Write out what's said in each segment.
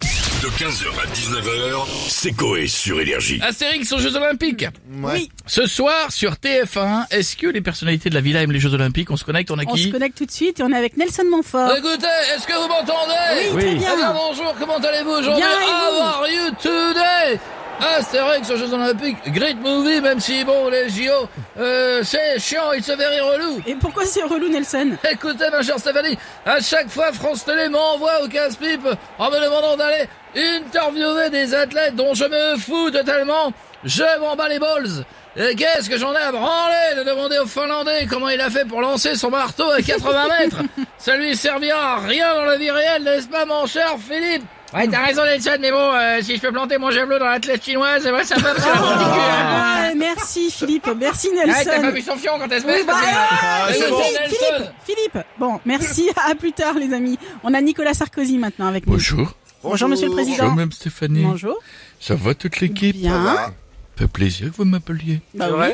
De 15h à 19h, c'est Coé sur Énergie. Astérix aux Jeux Olympiques. Ouais. Oui. Ce soir sur TF1, est-ce que les personnalités de la villa aiment les Jeux Olympiques On se connecte, on a On se qui connecte tout de suite et on est avec Nelson Montfort. Écoutez, est-ce que vous m'entendez Oui, très Oui. bien. Eh bonjour, comment allez-vous aujourd'hui Bien, et vous How are you today Astérix aux Jeux Olympiques, great movie, même si bon, les JO, euh, c'est chiant, il se verrait relou. Et pourquoi c'est relou Nelson Écoutez, ma chère Stéphanie, à chaque fois, France Télé m'envoie au casse-pipe en me demandant d'aller interviewer des athlètes dont je me fous totalement. Je m'en bats les balls. Et qu'est-ce que j'en ai à branler de demander au Finlandais comment il a fait pour lancer son marteau à 80 mètres Ça lui servira à rien dans la vie réelle, n'est-ce pas, mon cher Philippe Ouais, t'as raison, Nelson, mais bon, euh, si je peux planter mon javelot dans l'athlète chinoise, ouais, ça va, parce que la particule, hein. Ouais, Merci Philippe, merci Ouais, Ah, t'as pas Ah, Nelson. vu son fion quand elle se Oui, met bah, Ah, Philippe, c'est bon. Philippe, Philippe. Bon, merci, à plus tard les amis. On a Nicolas Sarkozy maintenant avec nous. Bonjour, Bonjour, Monsieur le Président. Bonjour, même Stéphanie. Bonjour. Ça va toute l'équipe Bien. fait plaisir que vous m'appeliez. Bah oui.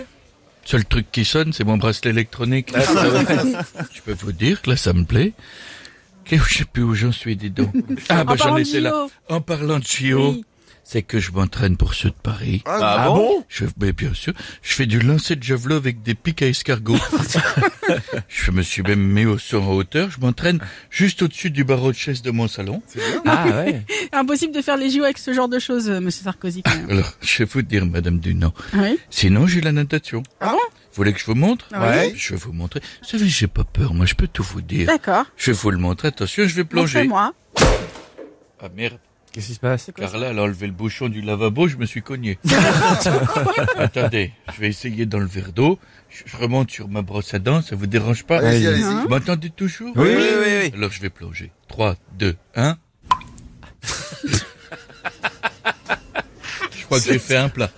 Seul truc qui sonne, c'est mon bracelet électronique. je peux vous dire que là, ça me plaît. Que- Je sais plus où j'en suis, dis donc. Ah, bah, En j'en parlant de étais là. JO. En parlant de JO, Oui. c'est que je m'entraîne pour ceux de Paris. Ah, bon Je, mais bien sûr, je fais du lancer de javelot avec des pics à escargot. je me suis même mis au saut en hauteur. Je m'entraîne juste au-dessus du barreau de chaise de mon salon. Ah ouais. Impossible de faire les JO avec ce genre de choses, euh, Monsieur Sarkozy. Quand même. Alors, je vais vous dire, Madame Dunant, Oui. Sinon, j'ai la natation. Ah bon Vous voulez que je vous montre Ah oui. Ouais. Je vais vous montrer. Vous savez, j'ai pas peur, moi, je peux tout vous dire. D'accord. Je vais vous le montrer, attention, je vais plonger. Montrez-moi. Ah merde, Qu'est-ce qui se passe Carla, elle a enlevé le bouchon du lavabo, je me suis cogné. Attendez, je vais essayer dans le verre d'eau. Je je remonte sur ma brosse à dents, ça vous dérange pas Allez-y, allez-y. Hein Vous m'entendez toujours Oui, oui, oui, oui. Alors, je vais plonger. 3, 2, 1. Je crois que j'ai fait un plat.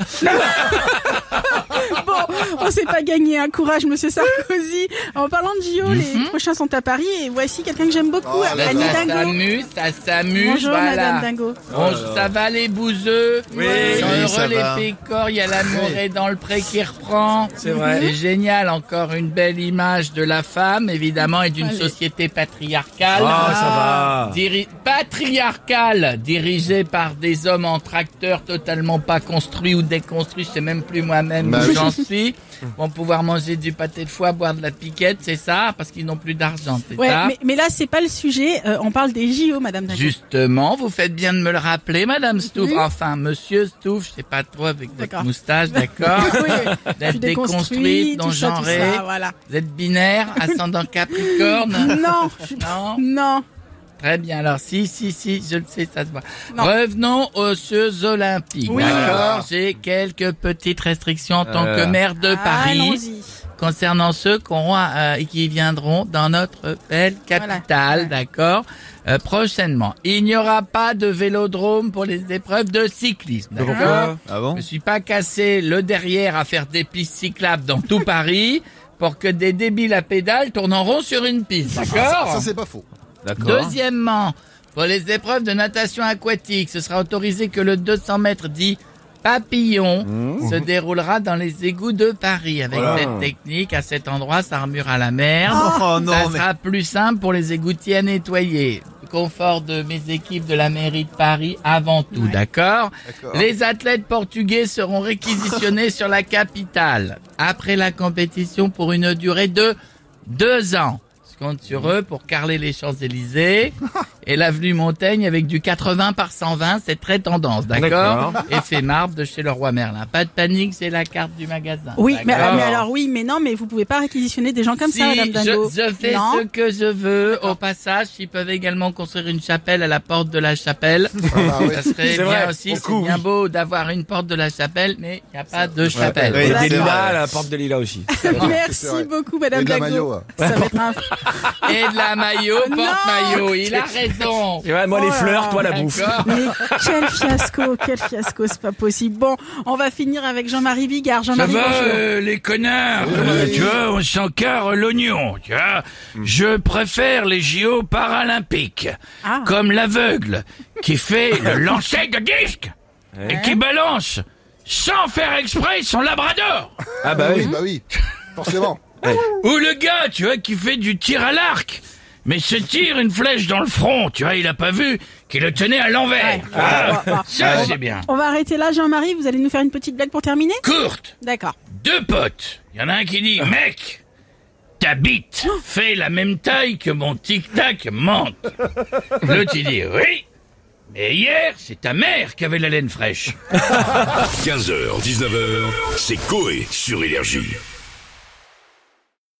Bon, on s'est pas gagné. Hein. Courage, Monsieur Sarkozy. En parlant de JO, les prochains sont à Paris et voici quelqu'un que j'aime beaucoup, Oh là Annie Dingo. ça s'amuse, Bonjour, Madame Dingo. Bon, ça va les bouseux Oui. Ils sont Oui, heureux ça les va. pécores, il y a l'amour et dans le pré qui reprend. C'est vrai. C'est génial, encore une belle image de la femme, évidemment, et d'une Allez. société Ah, patriarcale. ça va. Diri- patriarcale, dirigée par des hommes en tracteur totalement pas construits ou déconstruits, je sais même plus moi-même Bah où oui. j'en suis, vont pouvoir manger du pâté de foie, boire de la piquette, c'est ça, parce qu'ils n'ont plus d'argent, c'est Ouais, ça mais, mais là, c'est pas le sujet. Euh, on parle des JO, Madame Dingo. Justement, vous faites bien de me le rappeler, Madame Stouff. Mhm. Enfin, Monsieur Stouff, je sais pas trop avec votre D'accord. moustache, d'accord Oui, oui. Vous êtes Puis déconstruit, déconstruite, tout non ça, tout genrée, ça, voilà. vous êtes binaire, ascendant Capricorne. Non, je- Non, non. très bien. Alors si, si, si, je le sais, ça se voit. Non. Revenons aux Jeux Olympiques. Oui. D'accord, j'ai quelques petites restrictions en tant que Euh. maire de Paris Ah, Ah, Allons-y. concernant ceux qui auront, euh, et qui viendront dans notre belle capitale, Voilà. d'accord euh, Prochainement, il n'y aura pas de vélodrome pour les épreuves de cyclisme, d'accord Ah Je bon me suis pas cassé le derrière à faire des pistes cyclables dans tout Paris pour que des débiles à pédale tournent en rond sur une piste, d'accord Ça, c'est pas faux. D'accord. Deuxièmement, pour les épreuves de natation aquatique, ce sera autorisé que le 200 mètres dit papillon Mmh. se déroulera dans les égouts de Paris. Avec Voilà. cette technique, à cet endroit, ça remue à la merde. Oh ça non, mais. sera plus simple pour les égoutiers à nettoyer. Confort de mes équipes de la mairie de Paris avant tout, d'accord D'accord. les athlètes portugais seront réquisitionnés sur la capitale après la compétition pour une durée de deux ans. Je compte sur eux pour carler les Champs-Élysées et l'avenue Montaigne avec du 80 par 120, c'est très tendance, d'accord Effet marbre de chez le roi Merlin. Pas de panique, c'est la carte du magasin. Oui, mais, d'accord mais alors oui, mais non, mais vous pouvez pas réquisitionner des gens comme si ça, Madame Dingo. Je, je fais non. ce que je veux. Au passage, ils peuvent également construire une chapelle à la porte de la chapelle. Ah, ouais. Ça serait C'est bien vrai, aussi, au c'est coup, bien oui. beau d'avoir une porte de la chapelle, mais il n'y a pas de chapelle. Et D'accord. des lilas, la porte de lilas aussi. C'est vrai. Merci beaucoup, Madame Et de la Dingo. maillot, hein. ouais. Ça va être un. Et de la maillot, porte-maillot, il a raison. Et ouais, moi, les Oh là fleurs, là. toi, la bouffe. D'accord. Mais quel fiasco, quel fiasco, c'est pas possible. Bon, on va finir avec Jean-Marie Bigard. Ça Jean-Marie, va, bonjour. euh, les connards euh, Tu vois, on s'encarre l'oignon, tu vois. Je préfère les JO paralympiques, Ah. comme l'aveugle qui fait le lancer de disque et qui balance, sans faire exprès, son labrador. Ah bah Oui, oui. bah oui. Forcément. Ou le gars, tu vois, qui fait du tir à l'arc, mais se tire une flèche dans le front, tu vois, il a pas vu qui le tenait à l'envers. Ouais. Ah, bah, bah. Ça, c'est bien. On va arrêter là, Jean-Marie. Vous allez nous faire une petite blague pour terminer Courte, D'accord. deux potes. Il y en a un qui dit, mec, ta bite fait la même taille que mon tic-tac menthe. L'autre, il dit, oui, mais hier, c'est ta mère qui avait la laine fraîche. 15h, 19h, c'est Coé sur Énergie.